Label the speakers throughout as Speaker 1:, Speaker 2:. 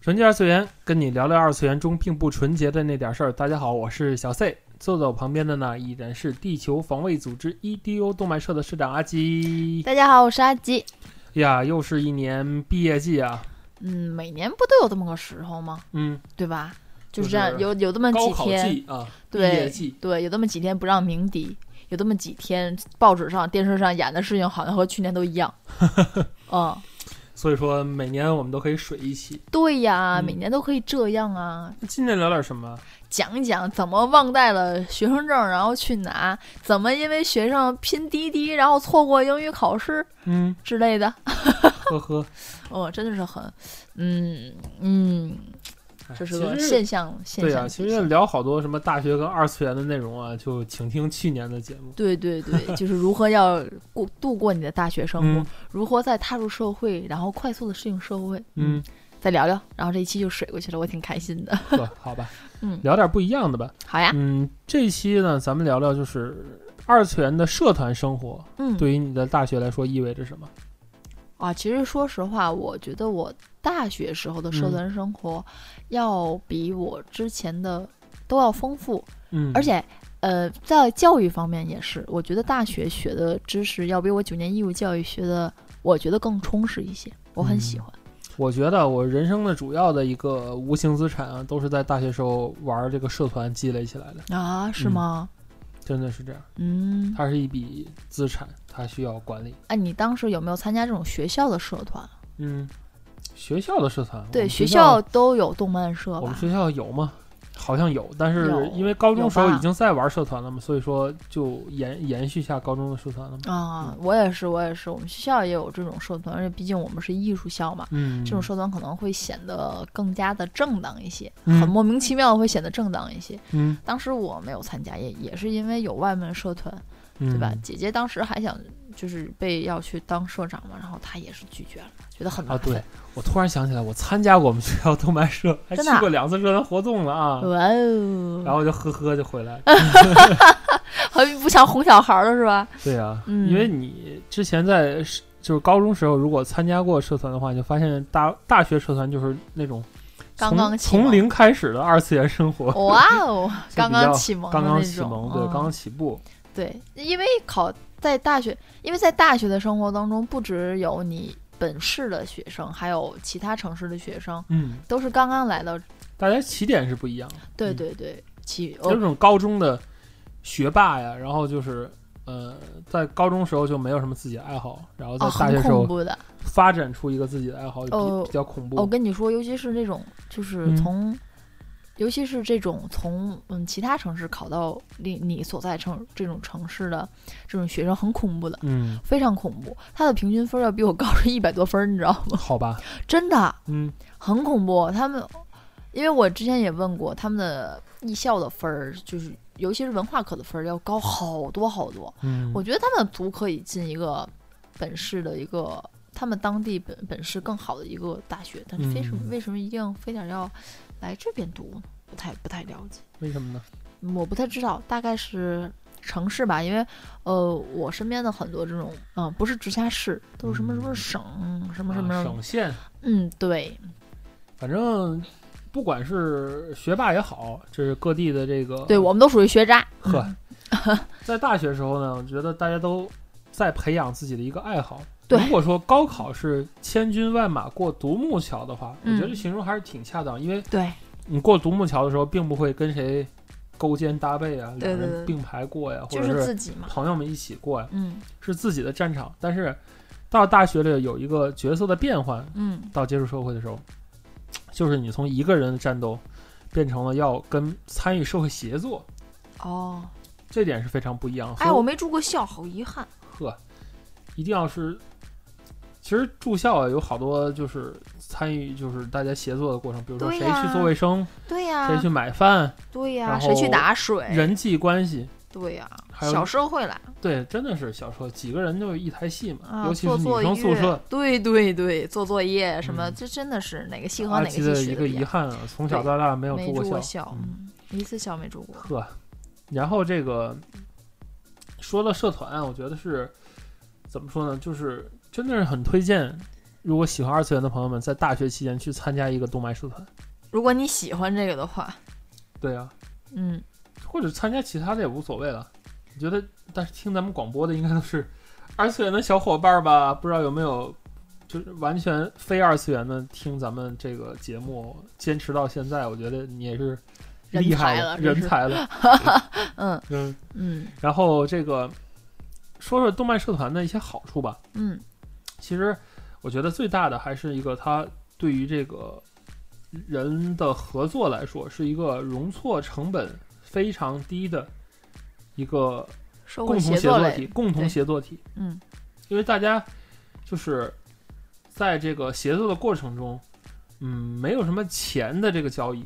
Speaker 1: 纯洁二次元，跟你聊聊二次元中并不纯洁的那点事儿。大家好，我是小 C，坐在我旁边的呢依然是地球防卫组织 EDO 动漫社的社长阿吉。
Speaker 2: 大家好，我是阿吉。
Speaker 1: 呀，又是一年毕业季啊，
Speaker 2: 嗯，每年不都有这么个时候吗？
Speaker 1: 嗯，
Speaker 2: 对吧？
Speaker 1: 就
Speaker 2: 就是是这样，有有这么
Speaker 1: 高
Speaker 2: 嗯几
Speaker 1: 考
Speaker 2: 天，
Speaker 1: 季啊，毕业
Speaker 2: 对
Speaker 1: 季，
Speaker 2: 对，有这么几天不让鸣笛，有这么几天报纸上、电视上演的事情好像和去年都一 样。嗯，
Speaker 1: 所以说每年我们都可以水一期。
Speaker 2: 对呀，
Speaker 1: 嗯
Speaker 2: 每年都可以这样啊，
Speaker 1: 那今天聊点什么？
Speaker 2: 讲一讲怎么忘带了学生证，然后去拿，怎么因为学生拼滴滴，然后错过英语考试
Speaker 1: 嗯，
Speaker 2: 之类的。
Speaker 1: 呵呵，
Speaker 2: 哦，真的是很，嗯嗯，
Speaker 1: 哎
Speaker 2: 这是
Speaker 1: 其
Speaker 2: 个
Speaker 1: 实
Speaker 2: 现象现
Speaker 1: 对
Speaker 2: 象
Speaker 1: 啊，
Speaker 2: 级
Speaker 1: 其实
Speaker 2: 现
Speaker 1: 聊好多什么大学跟二次元的内容啊，就请听去年的节目。
Speaker 2: 对对对，就是如何要过度过你的大学生活，
Speaker 1: 嗯
Speaker 2: 如何再踏入社会，然后快速的适应社会。
Speaker 1: 嗯，，
Speaker 2: 再聊聊，然后这一期就水过去了，我挺开心的。
Speaker 1: 不 好吧，
Speaker 2: 嗯啊
Speaker 1: 聊点不一样的吧。
Speaker 2: 好呀，
Speaker 1: 嗯，这一期呢，咱们聊聊就是二次元的社团生活
Speaker 2: 嗯，
Speaker 1: 对于你的大学来说意味着什么。
Speaker 2: 啊，其实说实话，我觉得我大学时候的社
Speaker 1: 嗯
Speaker 2: 团生活要比我之前的都要丰富，
Speaker 1: 嗯，
Speaker 2: 而且。呃，在教育方面也是，我觉得大学学的知识要比我九年义务教育学的，我觉得更充实一些，我很喜
Speaker 1: 嗯
Speaker 2: 欢。
Speaker 1: 我觉得我人生的主要的一个无形资产啊，都是在大学时候玩这个社团积累起来的，
Speaker 2: 啊，是
Speaker 1: 嗯
Speaker 2: 吗？
Speaker 1: 真的是这样。
Speaker 2: 嗯，
Speaker 1: 它是一笔资产，它需要管理。
Speaker 2: 哎，你当时有没有参加这种学校的社团？
Speaker 1: 嗯，学校的社团，我
Speaker 2: 对，
Speaker 1: 们
Speaker 2: 学
Speaker 1: 学
Speaker 2: 校都有动漫社
Speaker 1: 我们
Speaker 2: 吧？
Speaker 1: 学校有吗？好像有，但
Speaker 2: 有
Speaker 1: 是因为高中时候
Speaker 2: 有吧
Speaker 1: 已经在玩社团了嘛，所以说就延延续一下高中的社团了嘛。
Speaker 2: 啊，
Speaker 1: 嗯
Speaker 2: 我也是，我也是，我们学校也有这种社团，而且毕竟我们是艺术校嘛，
Speaker 1: 嗯，
Speaker 2: 这种社团可能会显得更加的正当一些，很
Speaker 1: 嗯
Speaker 2: 莫名其妙地会显得正当一些。
Speaker 1: 嗯，
Speaker 2: 当时我没有参加，也也是因为有外面社团，对
Speaker 1: 对
Speaker 2: 吧？姐姐当时还想就是被要去当社长嘛，然后她也是拒绝了，觉得很麻
Speaker 1: 啊，
Speaker 2: 烦
Speaker 1: 对。，我突然想起来，我参加过我们学校动漫 社，还去
Speaker 2: 真的啊
Speaker 1: 过两次社团活动了啊。
Speaker 2: 哇哦，
Speaker 1: 然后我就呵呵就回来 了。
Speaker 2: 很不想哄小孩儿了是吧？
Speaker 1: 对啊，
Speaker 2: 嗯
Speaker 1: 因为你之前在是就是高中时候，如果参加过社团的话，你就发现大大学社团就是那种
Speaker 2: 刚
Speaker 1: 从
Speaker 2: 刚起
Speaker 1: 从
Speaker 2: 嘛
Speaker 1: 零开始的二次元生活，
Speaker 2: 哇哦，
Speaker 1: 就
Speaker 2: 刚
Speaker 1: 比较
Speaker 2: 刚启蒙的
Speaker 1: 刚刚
Speaker 2: 那
Speaker 1: 启
Speaker 2: 种
Speaker 1: 蒙，对，
Speaker 2: 嗯
Speaker 1: 刚刚起步。
Speaker 2: 对，因为考在大学，因为在大学的生活当中，不只有你本市的学生，还有其他城市的学生，
Speaker 1: 嗯，
Speaker 2: 都是刚刚来到。
Speaker 1: 大家起点是不一样的，
Speaker 2: 对
Speaker 1: 嗯
Speaker 2: 对对，其
Speaker 1: 有
Speaker 2: 哦
Speaker 1: 这种高中的学霸呀，然后就是呃，在高中时候就没有什么自己的爱好，然后在
Speaker 2: 哦，
Speaker 1: 大学
Speaker 2: 很
Speaker 1: 时候
Speaker 2: 恐怖的。
Speaker 1: 发展出一个自己的爱好，就比、
Speaker 2: 哦
Speaker 1: 比较恐怖。
Speaker 2: 我跟你说，尤其是那种就是
Speaker 1: 嗯
Speaker 2: 从，尤其是这种从嗯其他城市考到你你所在城这种城市的这种学生，很恐怖的。
Speaker 1: 嗯，
Speaker 2: 非常恐怖，他的平均分儿要比我高出一百多分儿，你知道吗？
Speaker 1: 好吧，
Speaker 2: 真的，
Speaker 1: 嗯
Speaker 2: 很恐怖。他们，因为我之前也问过，他们的艺校的分儿，就是尤其是文化课的分儿要高好多好多。
Speaker 1: 嗯，
Speaker 2: 我觉得他们足可以进一个本市的一个他们当地本本市更好的一个大学，但是为什么、
Speaker 1: 嗯
Speaker 2: 为什么一定非得要来这边读呢？不太不太了解，嗯
Speaker 1: 为什么呢？
Speaker 2: 我不太知道，大概是。城市吧，因为，呃，我身边的很多这种，嗯、不是直辖市，都是什么什么
Speaker 1: 嗯
Speaker 2: 省，什么什
Speaker 1: 啊
Speaker 2: 么，
Speaker 1: 省县，
Speaker 2: 嗯，对，
Speaker 1: 反正不管是学霸也好，这是各地的这个
Speaker 2: 对，我们都嗯属于学渣，
Speaker 1: 呵， 在大学时候呢，我觉得大家都在培养自己的一个爱好。
Speaker 2: 对
Speaker 1: 如果说高考是千军万马过独木桥的话，
Speaker 2: 嗯
Speaker 1: 我觉得形容还是挺恰当，因为
Speaker 2: 对，
Speaker 1: 你过独木桥的时候，并不会跟谁勾肩搭背啊，两
Speaker 2: 对对
Speaker 1: 人
Speaker 2: 对
Speaker 1: 并排过呀，或
Speaker 2: 就
Speaker 1: 者
Speaker 2: 是
Speaker 1: 是
Speaker 2: 自己嘛，
Speaker 1: 朋友们一起过呀，
Speaker 2: 嗯
Speaker 1: 是自己的战场。但是到大学里有一个角色的变换，
Speaker 2: 嗯，
Speaker 1: 到接触社会的时候，就是你从一个人的战斗变成了要跟参与社会协作，
Speaker 2: 哦，
Speaker 1: 这点是非常不一样的。所以
Speaker 2: 哎，我没住过校，好遗憾。
Speaker 1: 呵，一定要是，其实住校啊有好多就是参与就是大家协作的过程，比如说
Speaker 2: 对
Speaker 1: 谁
Speaker 2: 呀啊
Speaker 1: 去做卫生，
Speaker 2: 对呀、
Speaker 1: 谁去买饭，
Speaker 2: 对呀、
Speaker 1: 然
Speaker 2: 谁去
Speaker 1: 后
Speaker 2: 打水？
Speaker 1: 人际关系，
Speaker 2: 对呀、
Speaker 1: 还有
Speaker 2: 小社会啦，
Speaker 1: 对，真的是小时候几个人就一台戏嘛，
Speaker 2: 啊，
Speaker 1: 尤其是女
Speaker 2: 做作
Speaker 1: 生宿
Speaker 2: 业
Speaker 1: 舍，，
Speaker 2: 对对对，做作业什么，
Speaker 1: 嗯
Speaker 2: 这真的是哪个系和
Speaker 1: 阿
Speaker 2: 哪个
Speaker 1: 吉
Speaker 2: 系
Speaker 1: 的
Speaker 2: 学
Speaker 1: 啊一
Speaker 2: 的
Speaker 1: 个
Speaker 2: 一
Speaker 1: 遗
Speaker 2: 样，
Speaker 1: 憾啊，从小
Speaker 2: 对
Speaker 1: 到大没有
Speaker 2: 没
Speaker 1: 住
Speaker 2: 住
Speaker 1: 过
Speaker 2: 过
Speaker 1: 校，
Speaker 2: 校，
Speaker 1: 嗯
Speaker 2: 嗯，一次校没住过，
Speaker 1: 呵，啊然后这个说了社团啊，我觉得是怎么说呢？就是真的是很推荐，如果喜欢二次元的朋友们，在大学期间去参加一个动漫社团。
Speaker 2: 如果你喜欢这个的话，
Speaker 1: 对啊，
Speaker 2: 嗯，
Speaker 1: 或者参加其他的也无所谓了。我觉得，但是听咱们广播的应该都是二次元的小伙伴儿吧？不知道有没有就是完全非二次元的听咱们这个节目，坚持到现在，我觉得你也是
Speaker 2: 人
Speaker 1: 厉害
Speaker 2: 才
Speaker 1: 了，
Speaker 2: 了真
Speaker 1: 人
Speaker 2: 是
Speaker 1: 才 了。
Speaker 2: 嗯
Speaker 1: 嗯，
Speaker 2: 嗯
Speaker 1: 然后这个说说动漫社团的一些好处吧。
Speaker 2: 嗯，
Speaker 1: 其实我觉得最大的还是一个它对于这个人的合作来说，是一个容错成本非常低的一个
Speaker 2: 社
Speaker 1: 共
Speaker 2: 会
Speaker 1: 同
Speaker 2: 协
Speaker 1: 协
Speaker 2: 作
Speaker 1: 作
Speaker 2: 类
Speaker 1: 体，，共同
Speaker 2: 对
Speaker 1: 协作体，
Speaker 2: 嗯
Speaker 1: 因为大家就是在这个协作的过程中，嗯，没有什么钱的这个交易，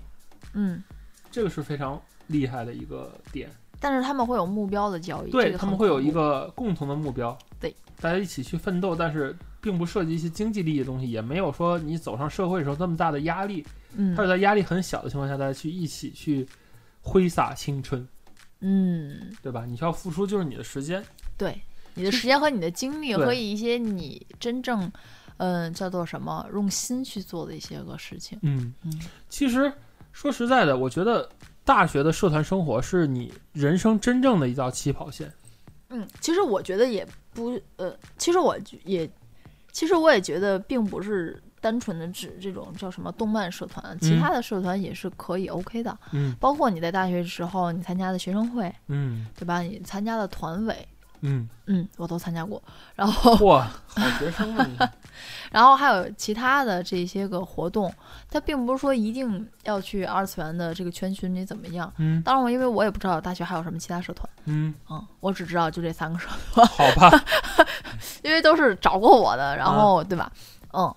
Speaker 2: 嗯，
Speaker 1: 这个是非常厉害的一个点。
Speaker 2: 但是他们会有目标的交易，这
Speaker 1: 对
Speaker 2: 个
Speaker 1: 他
Speaker 2: 很
Speaker 1: 们会有
Speaker 2: 恐
Speaker 1: 一
Speaker 2: 怖，
Speaker 1: 个共同的目标，
Speaker 2: 对，
Speaker 1: 大家一起去奋斗，但是并不涉及一些经济利益的东西，也没有说你走上社会的时候那么大的压力，它是
Speaker 2: 嗯
Speaker 1: 在压力很小的情况下，大家去一起去挥洒青春，
Speaker 2: 嗯，
Speaker 1: 对吧？你需要付出就是你的时间，
Speaker 2: 对，你的时间和你的精力
Speaker 1: 对
Speaker 2: 和一些你真正。嗯，叫做什么？用心去做的一些个事情。
Speaker 1: 嗯
Speaker 2: 嗯
Speaker 1: 其实说实在的，我觉得大学的社团生活是你人生真正的一道起跑线，
Speaker 2: 嗯，其实我觉得也不呃，其实我就也，其实我也觉得并不是单纯的指这种叫什么动漫社团，其
Speaker 1: 嗯
Speaker 2: 他的社团也是可以 OK 的，
Speaker 1: 嗯
Speaker 2: 包括你在大学时候你参加的学生会，
Speaker 1: 嗯
Speaker 2: 对吧？你参加的团委，
Speaker 1: 嗯，
Speaker 2: 嗯，我都参加过，然后
Speaker 1: 哇，好学生啊你，
Speaker 2: 然后还有其他的这些个活动，它并不是说一定要去二次元的这个圈群里怎么样。
Speaker 1: 嗯
Speaker 2: 当然，我因为我也不知道大学还有什么其他社团，
Speaker 1: 嗯，
Speaker 2: 嗯，我只知道就这三个社团。
Speaker 1: 好吧，
Speaker 2: 因为都是找过我的，然
Speaker 1: 啊
Speaker 2: 后、对吧？嗯，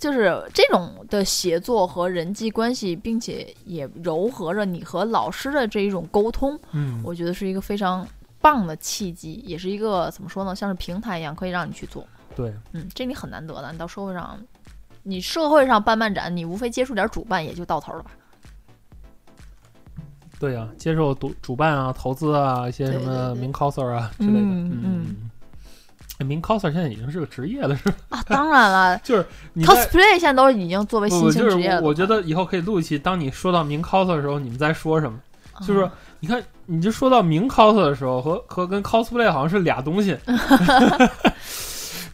Speaker 2: 就是这种的协作和人际关系，并且也糅合着你和老师的这一种沟通，
Speaker 1: 嗯
Speaker 2: 我觉得是一个非常棒的契机，也是一个怎么说呢，像是平台一样可以让你去做。
Speaker 1: 对。
Speaker 2: 嗯，这你很难得的，你到社会上。你社会上办漫展，你无非接触点主办，也就到头了吧。
Speaker 1: 对呀、接受主主办啊、投资啊，一些什
Speaker 2: 对对
Speaker 1: 么
Speaker 2: 对
Speaker 1: 名 coser 啊之类的。
Speaker 2: 嗯
Speaker 1: 嗯嗯，名 coser 现在已经是个职业了，是吧？
Speaker 2: 啊，当然了
Speaker 1: 就是 你在
Speaker 2: ，cosplay 现在都已经作为
Speaker 1: 不
Speaker 2: 新
Speaker 1: 不，
Speaker 2: 兴
Speaker 1: 就是
Speaker 2: 职业了
Speaker 1: 我我觉得以后可以录一期，当你说到名 coser 的时候，你们在说什么？
Speaker 2: 嘛，
Speaker 1: 就是
Speaker 2: 嗯
Speaker 1: 你看，你就说到名 coser 的时候，和和跟 cosplay 好像是俩 东西。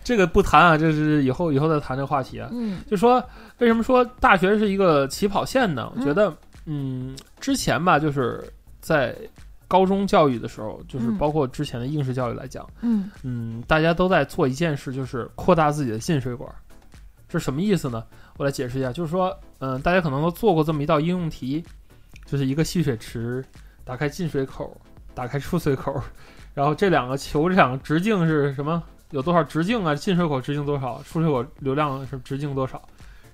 Speaker 1: 这个不谈啊，这是以后以后再谈这个话题啊。
Speaker 2: 嗯
Speaker 1: 就说为什么说大学是一个起跑线呢？我
Speaker 2: 嗯
Speaker 1: 觉得，嗯，之前吧，就是在高中教育的时候，就是
Speaker 2: 嗯
Speaker 1: 包括之前的应试教育来讲，
Speaker 2: 嗯
Speaker 1: 嗯，大家都在做一件事，就是扩大自己的进水管。这什么意思呢？我来解释一下，就是说，嗯、大家可能都做过这么一道应用题，就是一个蓄水池，打开进水口，打开出水口，然后这两个球这两个直径是什么？有多少直径啊？进水口直径多少？出水口流量是直径多少？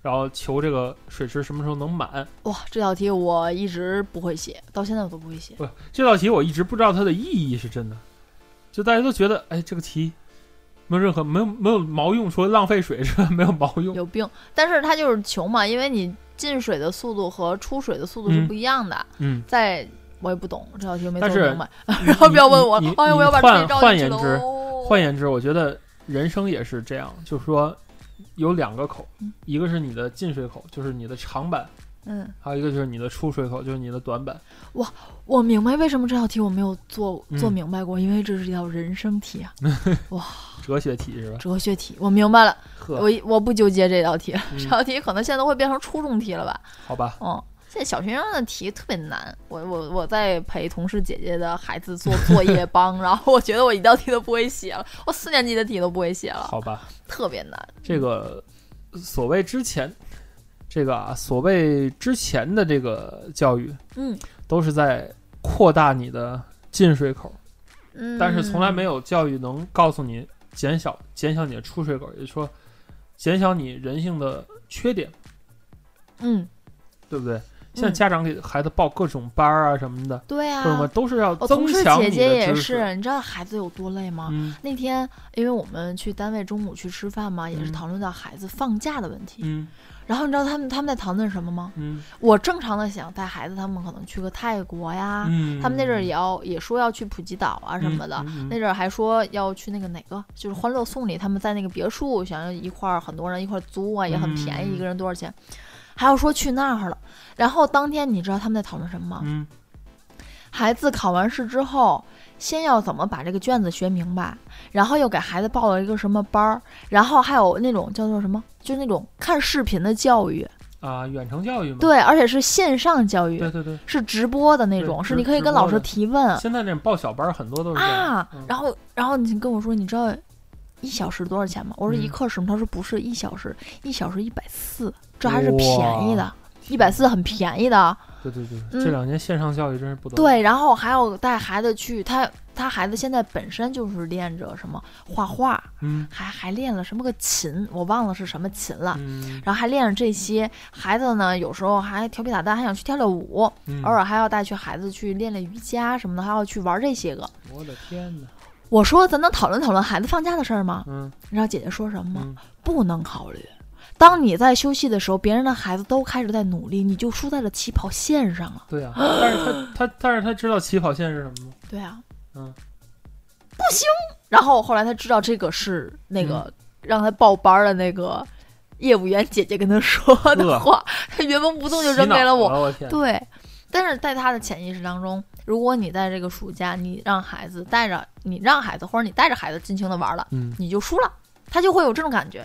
Speaker 1: 然后求这个水池什么时候能满？
Speaker 2: 哇，这道题我一直不会写，到现在我都不会写。
Speaker 1: 不，这道题我一直不知道它的意义是真的，就大家都觉得，哎，这个题没有任何没有没有毛用，除了浪费水之外 没有毛用。
Speaker 2: 有病，但是它就是穷嘛，因为你进水的速度和出水的速度是
Speaker 1: 嗯
Speaker 2: 不一样的。
Speaker 1: 嗯，
Speaker 2: 在我也不懂这道题，没做
Speaker 1: 但是
Speaker 2: 明白。然后不要问我
Speaker 1: 你你，
Speaker 2: 哎呀，
Speaker 1: 你
Speaker 2: 我要把这
Speaker 1: 换
Speaker 2: 招
Speaker 1: 换
Speaker 2: 进去
Speaker 1: 言之
Speaker 2: 喽。
Speaker 1: 换言之，我觉得人生也是这样，就是说有两个口
Speaker 2: 嗯，
Speaker 1: 一个是你的进水口，就是你的长板，
Speaker 2: 嗯，
Speaker 1: 还有一个就是你的出水口，就是你的短板。
Speaker 2: 我明白为什么这道题我没有做
Speaker 1: 嗯
Speaker 2: 做明白过，因为这是一道人生题啊，
Speaker 1: 哲学题是吧？
Speaker 2: 哲学题。我明白了，
Speaker 1: 呵，
Speaker 2: 我我不纠结这道题，
Speaker 1: 嗯
Speaker 2: 这道题可能现在都会变成初中题了吧？
Speaker 1: 好吧，
Speaker 2: 嗯，现在小学生的题特别难。我我我在陪同事姐姐的孩子做作业帮，然后我觉得我一道题都不会写了，我四年级的题都不会写了，
Speaker 1: 好吧，
Speaker 2: 特别难。
Speaker 1: 这个所谓之前，这个啊，所谓之前的这个教育，
Speaker 2: 嗯
Speaker 1: 都是在扩大你的进水口。
Speaker 2: 嗯，
Speaker 1: 但是从来没有教育能告诉你减小减小你的出水口，也就是说，减小你人性的缺点，
Speaker 2: 嗯，
Speaker 1: 对不对？像
Speaker 2: 嗯
Speaker 1: 家长给孩子报各种班儿啊什么的，
Speaker 2: 对啊
Speaker 1: 或，者什么都是要
Speaker 2: 我
Speaker 1: 增
Speaker 2: 同事
Speaker 1: 强
Speaker 2: 姐
Speaker 1: 你
Speaker 2: 姐
Speaker 1: 的
Speaker 2: 也
Speaker 1: 知识。
Speaker 2: 是，你知道孩子有多累吗？
Speaker 1: 嗯
Speaker 2: 那天因为我们去单位中午去吃饭嘛，也是
Speaker 1: 嗯
Speaker 2: 讨论到孩子放假的问题。
Speaker 1: 嗯
Speaker 2: 然后你知道他们他们在讨论什么吗？
Speaker 1: 嗯
Speaker 2: 我正常的想带孩子，他们可能去个泰国呀，
Speaker 1: 嗯，
Speaker 2: 啊他们那阵儿也要也说要去普吉岛啊什么的。
Speaker 1: 嗯嗯嗯
Speaker 2: 那阵儿还说要去那个哪个，就是《欢乐颂》里，他们在那个别墅，想要一块儿很多人一块儿租啊，也很便宜，
Speaker 1: 嗯
Speaker 2: 一个人多少钱？还要说去那儿了。然后当天你知道他们在讨论什么吗？
Speaker 1: 嗯
Speaker 2: 孩子考完试之后，先要怎么把这个卷子学明白，然后又给孩子报了一个什么班儿，然后还有那种叫做什么，就那种看视频的教育，
Speaker 1: 啊，远程教育嘛，
Speaker 2: 对，而且是线上教育
Speaker 1: 对，对对，
Speaker 2: 是直播的那种，
Speaker 1: 对
Speaker 2: 是你
Speaker 1: 直
Speaker 2: 可以跟老师提问
Speaker 1: 现在这种报小班儿很多都是这样
Speaker 2: 嗯啊
Speaker 1: 嗯。
Speaker 2: 然后，然后你跟我说，你知道一小时多少钱吗？我说
Speaker 1: 嗯
Speaker 2: 一课什么？他说不是一小时，一小时一百四，这还是便宜的
Speaker 1: 哇，
Speaker 2: 一百四很便宜的。
Speaker 1: 对对对，
Speaker 2: 嗯
Speaker 1: 这两年线上教育真是不得了。
Speaker 2: 对，然后还要带孩子去，他他孩子现在本身就是练着什么画画，
Speaker 1: 嗯，
Speaker 2: 还还练了什么个琴，我忘了是什么琴了。
Speaker 1: 嗯
Speaker 2: 然后还练着这些，孩子呢有时候还调皮捣蛋，还想去跳跳舞，
Speaker 1: 嗯，
Speaker 2: 偶尔还要带去孩子去练练瑜伽什么的，还要去玩这些个。
Speaker 1: 我的天哪，
Speaker 2: 我说咱能讨论讨论孩子放假的事儿吗？
Speaker 1: 嗯
Speaker 2: 你知道姐姐说什么吗？
Speaker 1: 嗯
Speaker 2: 不能考虑。当你在休息的时候，别人的孩子都开始在努力，你就输在了起跑线上了。
Speaker 1: 对啊，但是 他他但是他知道起跑线是什么吗？
Speaker 2: 对啊，
Speaker 1: 嗯，
Speaker 2: 不行。然后后来他知道这个是那个、
Speaker 1: 嗯
Speaker 2: 让他报班儿的那个业务员姐姐跟他说的
Speaker 1: 呃
Speaker 2: 话，他原封不动就
Speaker 1: 洗
Speaker 2: 扔给
Speaker 1: 脑
Speaker 2: 了
Speaker 1: 了
Speaker 2: 我。
Speaker 1: 我天，
Speaker 2: 对，但是在他的潜意识当中，如果你在这个暑假，你让孩子带着你让孩子或者你带着孩子尽情的玩了，
Speaker 1: 嗯，
Speaker 2: 你就输了，他就会有这种感觉。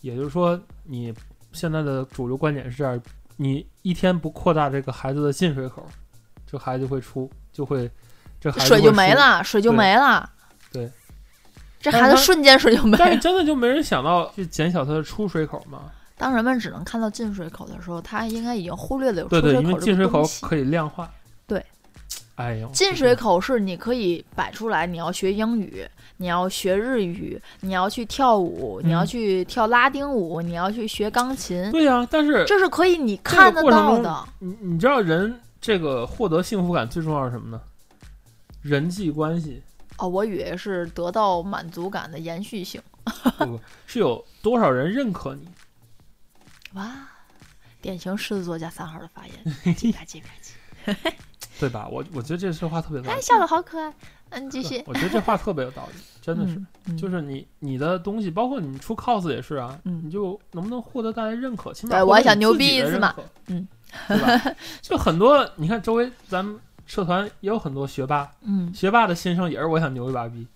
Speaker 1: 也就是说，你现在的主流观点是这样：你一天不扩大这个孩子的进水口，这孩子就会出，就会这孩子
Speaker 2: 水
Speaker 1: 会
Speaker 2: 就没
Speaker 1: 出。
Speaker 2: 了，水就
Speaker 1: 对
Speaker 2: 没了。
Speaker 1: 对，
Speaker 2: 这
Speaker 1: 但
Speaker 2: 孩
Speaker 1: 是
Speaker 2: 子
Speaker 1: 他
Speaker 2: 瞬间水就没
Speaker 1: 但
Speaker 2: 了
Speaker 1: 是。真的就没人想到去减小它的出水口嘛？
Speaker 2: 当人们只能看到进水口的时候，他应该已经忽略了有出
Speaker 1: 对对，
Speaker 2: 水
Speaker 1: 因为
Speaker 2: 口
Speaker 1: 进
Speaker 2: 这
Speaker 1: 水
Speaker 2: 个
Speaker 1: 口
Speaker 2: 东西。
Speaker 1: 可以量化。
Speaker 2: 对，
Speaker 1: 哎呦，
Speaker 2: 进水口是你可以摆出来，你要学英语，你要学日语，你要去跳舞，
Speaker 1: 嗯
Speaker 2: 你要去跳拉丁舞，你要去学钢琴，
Speaker 1: 对呀、但是
Speaker 2: 这是可以你看得到的。
Speaker 1: 你你知道人这个获得幸福感最重要是什么呢？人际关系
Speaker 2: 哦，我以为是得到满足感的延续性。
Speaker 1: 不不是有多少人认可你？
Speaker 2: 哇，典型狮子座加三号的发言，叽吧叽吧叽。
Speaker 1: 对吧？我我觉得这句话特别有道
Speaker 2: 哎，
Speaker 1: 理。
Speaker 2: 笑的好可爱。嗯，继续。
Speaker 1: 我觉得这话特别有道理，真的是。
Speaker 2: 嗯，嗯
Speaker 1: 就是你你的东西，包括你出 cos 也是啊，
Speaker 2: 嗯
Speaker 1: 你就能不能获得大家认可？起码
Speaker 2: 对
Speaker 1: 获得
Speaker 2: 我也想
Speaker 1: 你
Speaker 2: 牛
Speaker 1: 自己
Speaker 2: 逼一
Speaker 1: 的
Speaker 2: 次
Speaker 1: 认
Speaker 2: 嘛
Speaker 1: 可，
Speaker 2: 嗯，
Speaker 1: 对吧？就很多，你看周围咱们社团也有很多学霸，
Speaker 2: 嗯，
Speaker 1: 学霸的心声也是我想牛一把逼，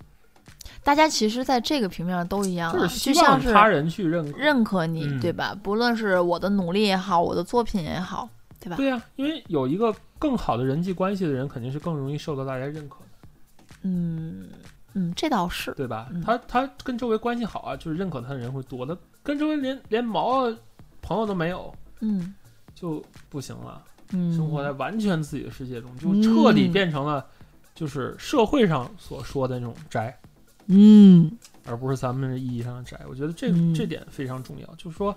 Speaker 2: 大家其实在这个平面上都一样
Speaker 1: 就
Speaker 2: 了，
Speaker 1: 是希
Speaker 2: 啊就
Speaker 1: 望
Speaker 2: 像是
Speaker 1: 他人去认可。
Speaker 2: 认可你，
Speaker 1: 嗯
Speaker 2: 对吧？不论是我的努力也好，我的作品也好，吧
Speaker 1: 对呀、啊因为有一个更好的人际关系的人，肯定是更容易受到大家认可的，
Speaker 2: 嗯嗯，这倒是。
Speaker 1: 对吧？
Speaker 2: 嗯
Speaker 1: 他他跟周围关系好啊，就是认可他的人会多，他跟周围连连毛啊朋友都没有，
Speaker 2: 嗯
Speaker 1: 就不行了。
Speaker 2: 嗯，
Speaker 1: 生活在完全自己的世界中，就彻底
Speaker 2: 嗯
Speaker 1: 变成了就是社会上所说的那种宅，
Speaker 2: 嗯
Speaker 1: 而不是咱们意义上的宅。我觉得这
Speaker 2: 嗯
Speaker 1: 这点非常重要，就是说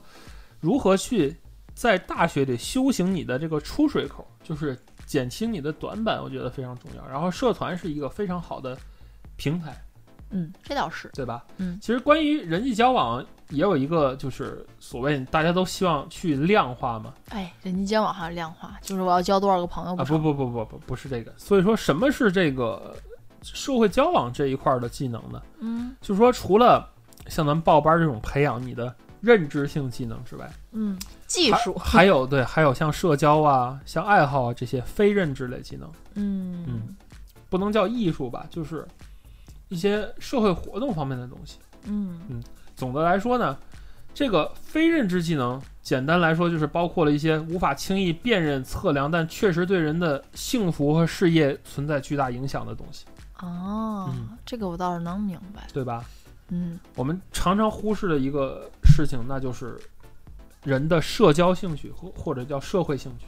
Speaker 1: 如何去在大学里修行你的这个出水口，就是减轻你的短板，我觉得非常重要。然后社团是一个非常好的平台，
Speaker 2: 嗯，这倒是。
Speaker 1: 对吧？
Speaker 2: 嗯
Speaker 1: 其实关于人际交往也有一个就是所谓大家都希望去量化嘛，
Speaker 2: 哎，人际交往还是量化，就是我要交多少个朋友
Speaker 1: 啊，
Speaker 2: 少
Speaker 1: 不不不不不，不是这个。所以说，什么是这个社会交往这一块儿的技能呢？
Speaker 2: 嗯
Speaker 1: 就是说，除了像咱们报班儿这种培养你的认知性技能之外，
Speaker 2: 嗯，技
Speaker 1: 还
Speaker 2: 术，
Speaker 1: 还有对，还有像社交啊、像爱好啊这些非认知类技能，
Speaker 2: 嗯
Speaker 1: 嗯不能叫艺术吧，就是一些社会活动方面的东西。
Speaker 2: 嗯
Speaker 1: 总的来说呢，这个非认知技能，简单来说就是包括了一些无法轻易辨认、测量，但确实对人的幸福和事业存在巨大影响的东西，
Speaker 2: 哦
Speaker 1: 嗯，
Speaker 2: 这个我倒是能明白。
Speaker 1: 对吧？
Speaker 2: 嗯
Speaker 1: 我们常常忽视的一个事情，那就是人的社交兴趣或或者叫社会兴趣，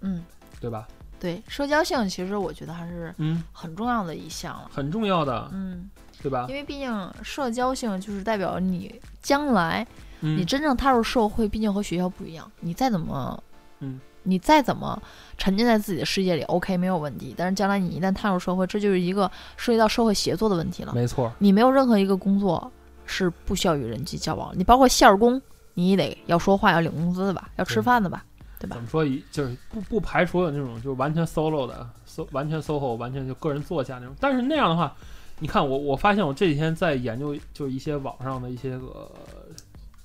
Speaker 2: 嗯
Speaker 1: 对吧？
Speaker 2: 对，社交性其实我觉得还是
Speaker 1: 嗯，
Speaker 2: 很重要的一项了。
Speaker 1: 很重要的，
Speaker 2: 嗯，
Speaker 1: 对吧
Speaker 2: 因？为毕竟社交性就是代表你将来你
Speaker 1: 嗯，
Speaker 2: 真正踏入社会，毕竟和学校不一样。你再怎么，
Speaker 1: 嗯，
Speaker 2: 你再怎么沉浸在自己的世界里，OK，没有问题。但是将来你一旦踏入社会，这就是一个涉及到社会协作的问题了。
Speaker 1: 没错，
Speaker 2: 你没有任何一个工作是不需要与人际交往，你包括线儿工，你也得要说话，要领工资的吧，要吃
Speaker 1: 对
Speaker 2: 饭的吧，对吧
Speaker 1: 怎？么说一就是不不排除有那种就完全 solo 的，so 完全 soho，完全就个人作家那种。但是那样的话，你看我我发现我这几天在研究就是一些网上的一些个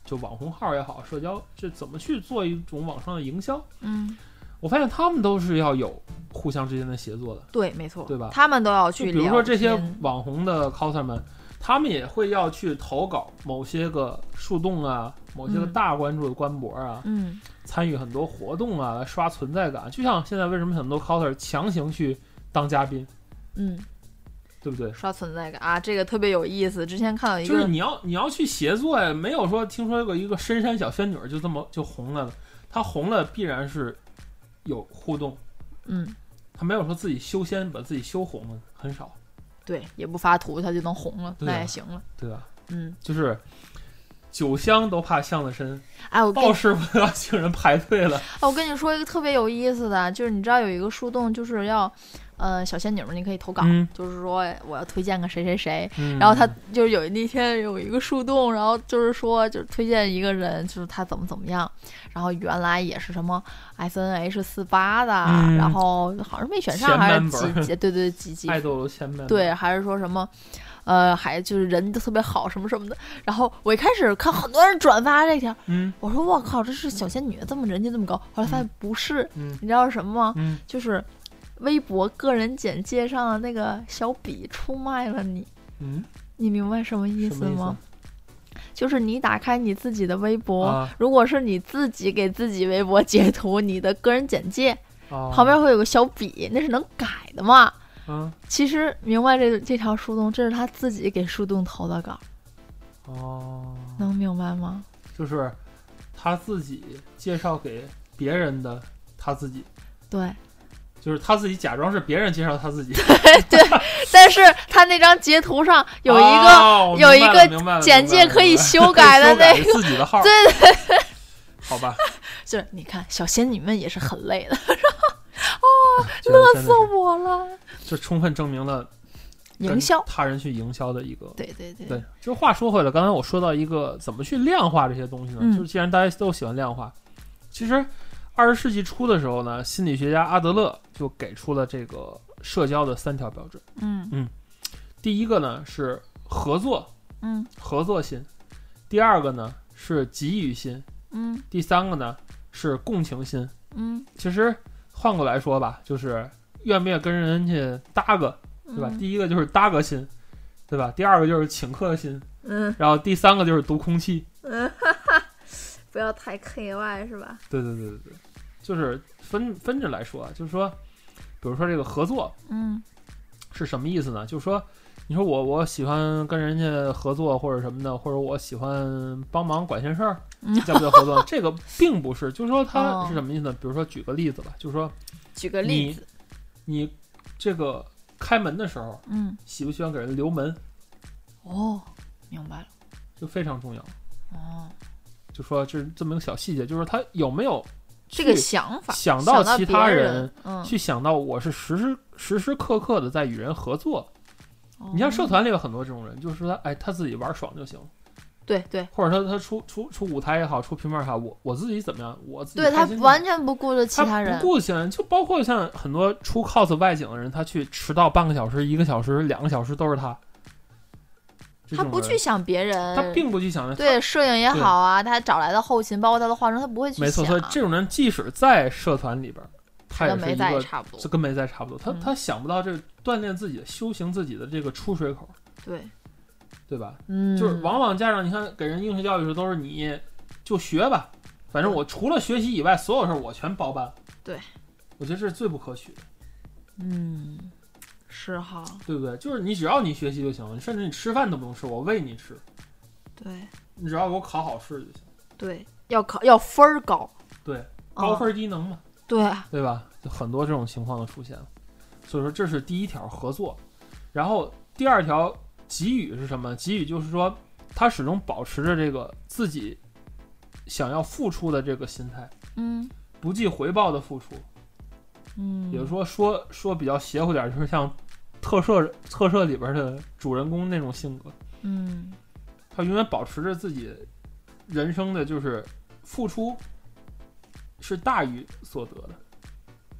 Speaker 1: 就网红号也好，社交这怎么去做一种网上的营销，
Speaker 2: 嗯，
Speaker 1: 我发现他们都是要有互相之间的协作的。
Speaker 2: 对，没错，
Speaker 1: 对吧
Speaker 2: 他们都要
Speaker 1: 就
Speaker 2: 去
Speaker 1: 比如说这些网红的 coser 们，他们也会要去投稿某些个树洞啊，某些个
Speaker 2: 嗯
Speaker 1: 大关注的官博啊，
Speaker 2: 嗯，
Speaker 1: 参与很多活动啊，来刷存在感。就像现在为什么很多 coser 强行去当嘉宾，
Speaker 2: 嗯，
Speaker 1: 对不对？
Speaker 2: 刷存在感啊，这个特别有意思。之前看到一
Speaker 1: 就
Speaker 2: 个，
Speaker 1: 是你要你要去协作呀，没有说听说过一个深山小仙女儿就这么就红了的，她红了必然是有互动，
Speaker 2: 嗯，
Speaker 1: 她没有说自己修仙把自己修红的很少，
Speaker 2: 对，也不发图，他就能红了，
Speaker 1: 对啊
Speaker 2: 那也行了。
Speaker 1: 对吧？
Speaker 2: 嗯，
Speaker 1: 就是酒香都怕巷子深，
Speaker 2: 哎，我跟
Speaker 1: 道士傅要请人排队了。
Speaker 2: 哦我跟你说一个特别有意思的，就是你知道有一个树洞，就是要，呃，小仙女们你可以投稿，
Speaker 1: 嗯
Speaker 2: 就是说我要推荐个谁谁谁，
Speaker 1: 嗯
Speaker 2: 然后他就是有那天有一个树洞，然后就是说就是推荐一个人，就是他怎么怎么样，然后原来也是什么 S N H 四八的，
Speaker 1: 嗯
Speaker 2: 然后好像是没选
Speaker 1: 前
Speaker 2: 上还是
Speaker 1: member
Speaker 2: 几几，对对 几几
Speaker 1: 爱豆楼前面
Speaker 2: 对，啊还是说什么，呃，还就是人都特别好什么什么的。然后我一开始看很多人转发这条，
Speaker 1: 嗯
Speaker 2: 我说我靠，这是小仙女这么人气这么高，后来发现不是，
Speaker 1: 嗯
Speaker 2: 你知道是什么吗？
Speaker 1: 嗯，
Speaker 2: 就是微博个人简介上的那个小笔出卖了你，
Speaker 1: 嗯，
Speaker 2: 你明白什么意
Speaker 1: 什
Speaker 2: 思
Speaker 1: 么意
Speaker 2: 吗？就是你打开你自己的微博，
Speaker 1: 啊
Speaker 2: 如果是你自己给自己微博截图你的个人简介，
Speaker 1: 思？啊
Speaker 2: 旁边会有个小笔，那是能改的嘛？
Speaker 1: 嗯
Speaker 2: 其实明白这这条树洞，这是他自己给树洞投的稿，
Speaker 1: 哦，
Speaker 2: 能明白吗？
Speaker 1: 就是他自己介绍给别人的他自己。
Speaker 2: 对，
Speaker 1: 就是他自己假装是别人介绍他自己，
Speaker 2: 但是他那张截图上 有一个、
Speaker 1: 啊我明白了
Speaker 2: 有一个
Speaker 1: 明白了
Speaker 2: 简介可以修改的
Speaker 1: 明白了
Speaker 2: 那
Speaker 1: 修改自己的号，
Speaker 2: 对
Speaker 1: 对，好 吧，
Speaker 2: 就是你看小仙女们也是很累 的，
Speaker 1: 乐
Speaker 2: 乐死我了。
Speaker 1: 这充分证明了跟
Speaker 2: 营销，
Speaker 1: 他人去营销的一个
Speaker 2: 对对对，
Speaker 1: 对，就话说回来，刚才我说到一个怎么去量化这些东西呢？
Speaker 2: 嗯
Speaker 1: 就是既然大家都喜欢量化，其实二十世纪初的时候呢，心理学家阿德勒就给出了这个社交的三条标准。
Speaker 2: 嗯
Speaker 1: 第一个呢是合作，
Speaker 2: 嗯
Speaker 1: 合作心；第二个呢是给予心；
Speaker 2: 嗯
Speaker 1: 第三个呢是共情心。
Speaker 2: 嗯，
Speaker 1: 其实换过来说吧，就是愿不愿意跟人去搭个，对吧？
Speaker 2: 嗯
Speaker 1: 第一个就是搭个心，对吧？第二个就是请客心，
Speaker 2: 嗯
Speaker 1: 然后第三个就是读空气。
Speaker 2: 嗯，不要太 K Y 是吧？
Speaker 1: 对对对对对，就是分分着来说啊，就是说，比如说这个合作
Speaker 2: 嗯
Speaker 1: 是什么意思呢？就是说，你说我我喜欢跟人家合作或者什么的，或者我喜欢帮忙管些事儿
Speaker 2: 嗯，
Speaker 1: 叫不叫合 作？这个并不是，就是说它
Speaker 2: 哦
Speaker 1: 是什么意思呢？比如说举个例子吧，就是说
Speaker 2: 举个
Speaker 1: 你
Speaker 2: 例子，
Speaker 1: 你这个开门的时候，
Speaker 2: 嗯
Speaker 1: 喜不喜欢给人留门，
Speaker 2: 哦，明白了
Speaker 1: 就非常重要。
Speaker 2: 哦，
Speaker 1: 就说这是这么一个小细节，就是他有没有
Speaker 2: 这个
Speaker 1: 去
Speaker 2: 想法
Speaker 1: 想
Speaker 2: 到
Speaker 1: 到其他
Speaker 2: 别
Speaker 1: 人
Speaker 2: 人，嗯，
Speaker 1: 去想到我是时时时时刻刻的在与人合作。你像社
Speaker 2: 哦，
Speaker 1: 团里有很多这种人，就是说他哎他自己玩爽就行，
Speaker 2: 对对。
Speaker 1: 或者说他出出出舞台也好，出平面也好，我我自己怎么样，我自己
Speaker 2: 对他
Speaker 1: 开心就
Speaker 2: 完
Speaker 1: 行
Speaker 2: 全不顾着其
Speaker 1: 他
Speaker 2: 人
Speaker 1: 不，顾其他人，就包括像很多出 cos 外景的人，他去迟到半个小时、一个小时、两个小时都是他。这
Speaker 2: 他
Speaker 1: 种
Speaker 2: 不
Speaker 1: 人
Speaker 2: 去，想别人，
Speaker 1: 他并不去想
Speaker 2: 对摄影也
Speaker 1: 对
Speaker 2: 好啊，他找来的后勤，包括他的化妆，他不会去想。
Speaker 1: 没错，所以这种人即使在社团里边儿，他也
Speaker 2: 跟
Speaker 1: 是
Speaker 2: 没
Speaker 1: 一
Speaker 2: 在也
Speaker 1: 个
Speaker 2: 差不
Speaker 1: 就
Speaker 2: 多。
Speaker 1: 跟没在差不多，他
Speaker 2: 嗯
Speaker 1: 他想不到这个锻炼自己的、修行自己的这个出水口，
Speaker 2: 对，
Speaker 1: 对吧？
Speaker 2: 嗯，
Speaker 1: 就是往往家长，你看给人应试教育的时候都是你就学吧，反正我除了学习以外，所有事儿我全包办。
Speaker 2: 对，
Speaker 1: 我觉得这是最不可取的，
Speaker 2: 嗯，是哈，
Speaker 1: 对不对？就是你只要你学习就行了，甚至你吃饭都不用吃，我喂你吃，
Speaker 2: 对
Speaker 1: 你只要给我考好试就行。
Speaker 2: 对，要考要分儿高，
Speaker 1: 对，
Speaker 2: 啊
Speaker 1: 高分低能嘛。
Speaker 2: 对，啊
Speaker 1: 对吧？就很多这种情况的出现，所以说这是第一条合作。然后第二条给予是什么？给予就是说他始终保持着这个自己想要付出的这个心态，
Speaker 2: 嗯
Speaker 1: 不计回报的付出。
Speaker 2: 嗯，
Speaker 1: 比如说说说比较邪乎点儿，就是像特摄特摄里边的主人公那种性格，
Speaker 2: 嗯
Speaker 1: 他永远保持着自己人生的就是付出是大于所得的。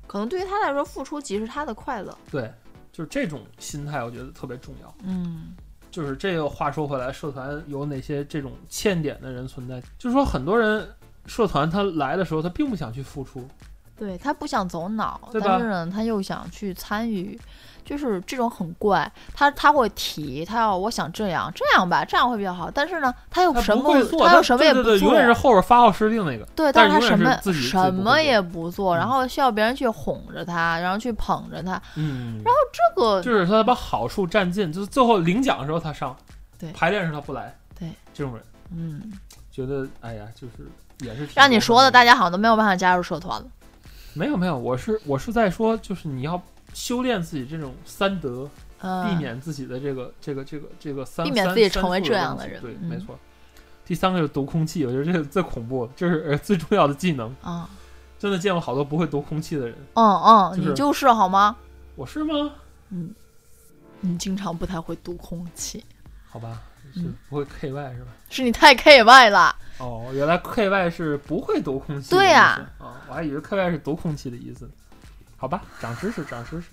Speaker 2: 可能对于他来说，付出即是他的快乐。
Speaker 1: 对，就是这种心态，我觉得特别重要。
Speaker 2: 嗯
Speaker 1: 就是这个话说回来，社团有哪些这种欠点的人存在？就是说，很多人社团他来的时候，他并不想去付出，，
Speaker 2: 哦对他不想走脑，
Speaker 1: 对吧
Speaker 2: 但是呢，他又想去参与，就是这种很怪。他他会提，他要我想这样这样吧，这样会比较好。但是呢，他又
Speaker 1: 他
Speaker 2: 什
Speaker 1: 不
Speaker 2: 么
Speaker 1: 会做，
Speaker 2: 又什么也不
Speaker 1: 对对对，永远是后边发号施令那个。
Speaker 2: 对，
Speaker 1: 但
Speaker 2: 是他
Speaker 1: 是永
Speaker 2: 什
Speaker 1: 远
Speaker 2: 么
Speaker 1: 是自己自己
Speaker 2: 什
Speaker 1: 不
Speaker 2: 么
Speaker 1: 会
Speaker 2: 也不做，然
Speaker 1: 嗯
Speaker 2: 后需要别人去哄着他，然后去捧着他。
Speaker 1: 嗯，
Speaker 2: 这个
Speaker 1: 就是他把好处占尽，就是最后领奖的时候他上，
Speaker 2: 对
Speaker 1: 排练时候他不来，
Speaker 2: 对，
Speaker 1: 这种人
Speaker 2: 嗯，
Speaker 1: 觉得哎呀，就是也是挺
Speaker 2: 让你
Speaker 1: 过
Speaker 2: 说
Speaker 1: 分
Speaker 2: 的，大家好像都没有办法加入社团了。
Speaker 1: 没有没有，我是我是在说，就是你要修炼自己这种三德，
Speaker 2: 嗯，
Speaker 1: 避免自己的这个这个这个这个三，
Speaker 2: 避免
Speaker 1: 三
Speaker 2: 自己
Speaker 1: 三
Speaker 2: 成为
Speaker 1: 处
Speaker 2: 这样
Speaker 1: 东西
Speaker 2: 的人
Speaker 1: 对，
Speaker 2: 嗯
Speaker 1: 没错。第三个就是读空气，我觉得这个最恐怖，这是呃 最重要的技能。
Speaker 2: 啊，
Speaker 1: 真的见过好多不会读空气的人，
Speaker 2: 嗯嗯，
Speaker 1: 就
Speaker 2: 你
Speaker 1: 是
Speaker 2: 就是好吗？
Speaker 1: 我是吗？
Speaker 2: 嗯，你经常不太会读空气，
Speaker 1: 好吧，是
Speaker 2: 嗯
Speaker 1: 不会 KY 是吧？
Speaker 2: 是你太 K Y 了。
Speaker 1: 哦，原来 KY 是不会读空气的意思。
Speaker 2: 对呀
Speaker 1: 啊，我还以为 KY 是读空气的意思。好吧，长知识，长知识。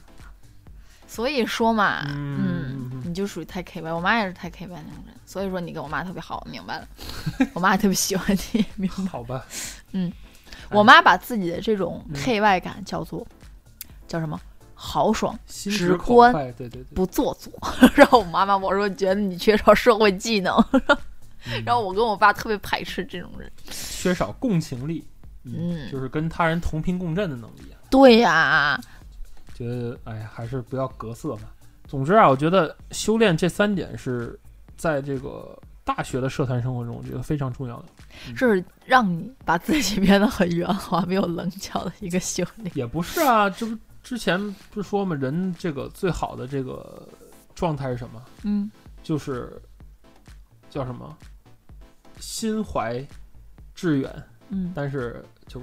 Speaker 2: 所以说嘛，
Speaker 1: 嗯
Speaker 2: 嗯，你就属于太 K Y，我妈也是太 K Y 那种人，所以说你跟我妈特别好，明白了， 我妈也特别喜欢你，明白。
Speaker 1: 好 吧，
Speaker 2: 我妈把自己的这种
Speaker 1: 嗯
Speaker 2: K Y 感叫做、叫什么？豪爽
Speaker 1: 心
Speaker 2: 直
Speaker 1: 直口
Speaker 2: 观
Speaker 1: 快，对对对。
Speaker 2: 不做作， 然后我妈妈我说觉得你缺少社会技能，
Speaker 1: 嗯
Speaker 2: 然后我跟我爸特别排斥这种人。
Speaker 1: 缺少共情力，
Speaker 2: 嗯
Speaker 1: 就是跟他人同频共振的能力啊。
Speaker 2: 对呀、
Speaker 1: 觉得哎呀，还是不要隔色嘛。总之啊，我觉得修炼这三点是在这个大学的社团生活中，我觉得非常重要的，
Speaker 2: 这是让你把自己变得很圆滑、没有棱角的一个修炼。
Speaker 1: 也不是啊，这不之前不是说嘛，人这个最好的这个状态是什么？
Speaker 2: 嗯
Speaker 1: 就是叫什么？心怀致远，
Speaker 2: 嗯
Speaker 1: 但是就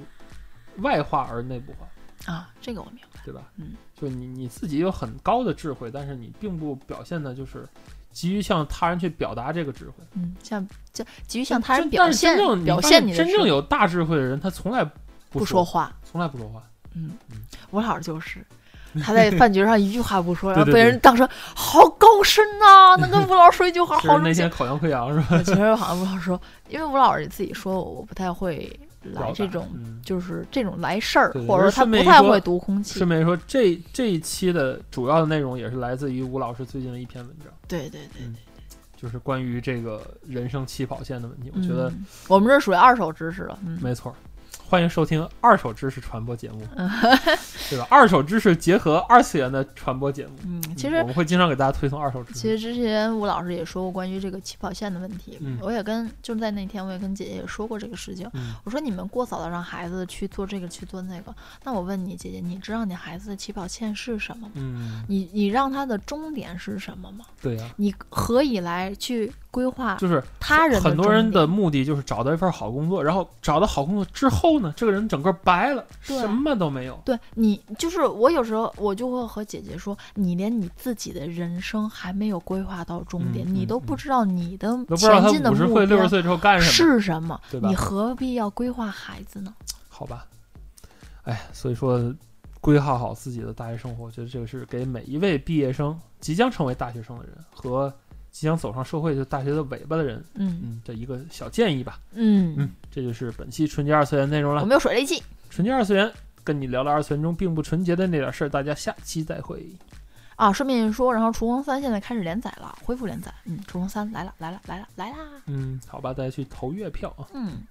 Speaker 1: 外化而内部化。
Speaker 2: 啊，这个我明白。
Speaker 1: 对吧？
Speaker 2: 嗯，
Speaker 1: 就你你自己有很高的智慧，但是你并不表现的就是急于向他人去表达这个智慧。
Speaker 2: 嗯，像这急于向他人
Speaker 1: 真
Speaker 2: 表
Speaker 1: 但是
Speaker 2: 现
Speaker 1: 真正
Speaker 2: 表
Speaker 1: 你发
Speaker 2: 现
Speaker 1: 现
Speaker 2: 你的
Speaker 1: 真正
Speaker 2: 智
Speaker 1: 有大智慧的人，他从来不
Speaker 2: 不说，话。
Speaker 1: 从来不说话。
Speaker 2: 我姥儿就是， 他在饭局上一句话不说，然后
Speaker 1: 对对
Speaker 2: 被
Speaker 1: 对
Speaker 2: 人当成好高深呐、 能跟吴老师说一句话，
Speaker 1: 其
Speaker 2: 好
Speaker 1: 实
Speaker 2: 什
Speaker 1: 那
Speaker 2: 么
Speaker 1: 天烤羊溃疡是吧？
Speaker 2: 其实好像吴老师说，因为吴老师自己说我不太会来
Speaker 1: 表
Speaker 2: 这
Speaker 1: 达
Speaker 2: 种，
Speaker 1: 嗯
Speaker 2: 就是这种来事儿，
Speaker 1: 对
Speaker 2: 或者
Speaker 1: 我
Speaker 2: 说
Speaker 1: 是
Speaker 2: 他
Speaker 1: 顺
Speaker 2: 不
Speaker 1: 便一
Speaker 2: 太
Speaker 1: 说
Speaker 2: 会读空气
Speaker 1: 顺。便说，这这一期的主要的内容也是来自于吴老师最近的一篇文章，
Speaker 2: 对对对，
Speaker 1: 就是关于这个人生起跑线的问题。我
Speaker 2: 嗯
Speaker 1: 觉得
Speaker 2: 我们这属于二手知识了。嗯，
Speaker 1: 没错儿，欢迎收听二手知识传播节目，
Speaker 2: 嗯
Speaker 1: 对吧？二手知识结合二次元的传播节目，
Speaker 2: 嗯， 其
Speaker 1: 嗯
Speaker 2: 实
Speaker 1: 我们会经常给大家推送二手知识。
Speaker 2: 其实之前吴老师也说过关于这个起跑线的问题，
Speaker 1: 嗯
Speaker 2: 我也跟就是在那天我也跟姐姐也说过这个事情。
Speaker 1: 嗯
Speaker 2: 我说你们过早的让孩子去做这个去做那个，那我问你姐姐，你知道你孩子的起跑线是什么吗？
Speaker 1: 嗯，
Speaker 2: 你你让他的终点是什么吗？
Speaker 1: 对呀、
Speaker 2: 你何以来去规划
Speaker 1: 就是
Speaker 2: 他人的
Speaker 1: 很多
Speaker 2: 终
Speaker 1: 人
Speaker 2: 点
Speaker 1: 的目的就是找到一份好工作，然后找到好工作之后呢，这个人整个白了，
Speaker 2: 对
Speaker 1: 什么都没有。
Speaker 2: 对你，就是我有时候我就会和姐姐说，你连你自己的人生还没有规划到终点，
Speaker 1: 嗯
Speaker 2: 你
Speaker 1: 嗯
Speaker 2: 都不
Speaker 1: 嗯
Speaker 2: 知道你的
Speaker 1: 都不知道
Speaker 2: 前
Speaker 1: 他
Speaker 2: 进的
Speaker 1: 五十
Speaker 2: 目
Speaker 1: 岁、六十
Speaker 2: 标
Speaker 1: 岁之后干什么，
Speaker 2: 是什么，
Speaker 1: 对吧
Speaker 2: 你何必要规划孩子呢？
Speaker 1: 好吧？哎，所以说，规划好自己的大学生活，我觉得这个是给每一位毕业生、即将成为大学生的人和即将走上社会就大学的尾巴的人，
Speaker 2: 嗯
Speaker 1: 嗯，的一个小建议吧。
Speaker 2: 嗯，
Speaker 1: 嗯，这就是本期纯洁二次元内容
Speaker 2: 我
Speaker 1: 了。
Speaker 2: 们有水雷记，
Speaker 1: 纯洁二次元跟你聊聊二次元中并不纯洁的那点事儿，大家下期再会。
Speaker 2: 啊，顺便一说，然后《厨房三》现在开始连载了，恢复连载。嗯，《厨房三》来了，来了，来了，来啦！
Speaker 1: 嗯，好吧，大家去投月票啊。
Speaker 2: 嗯，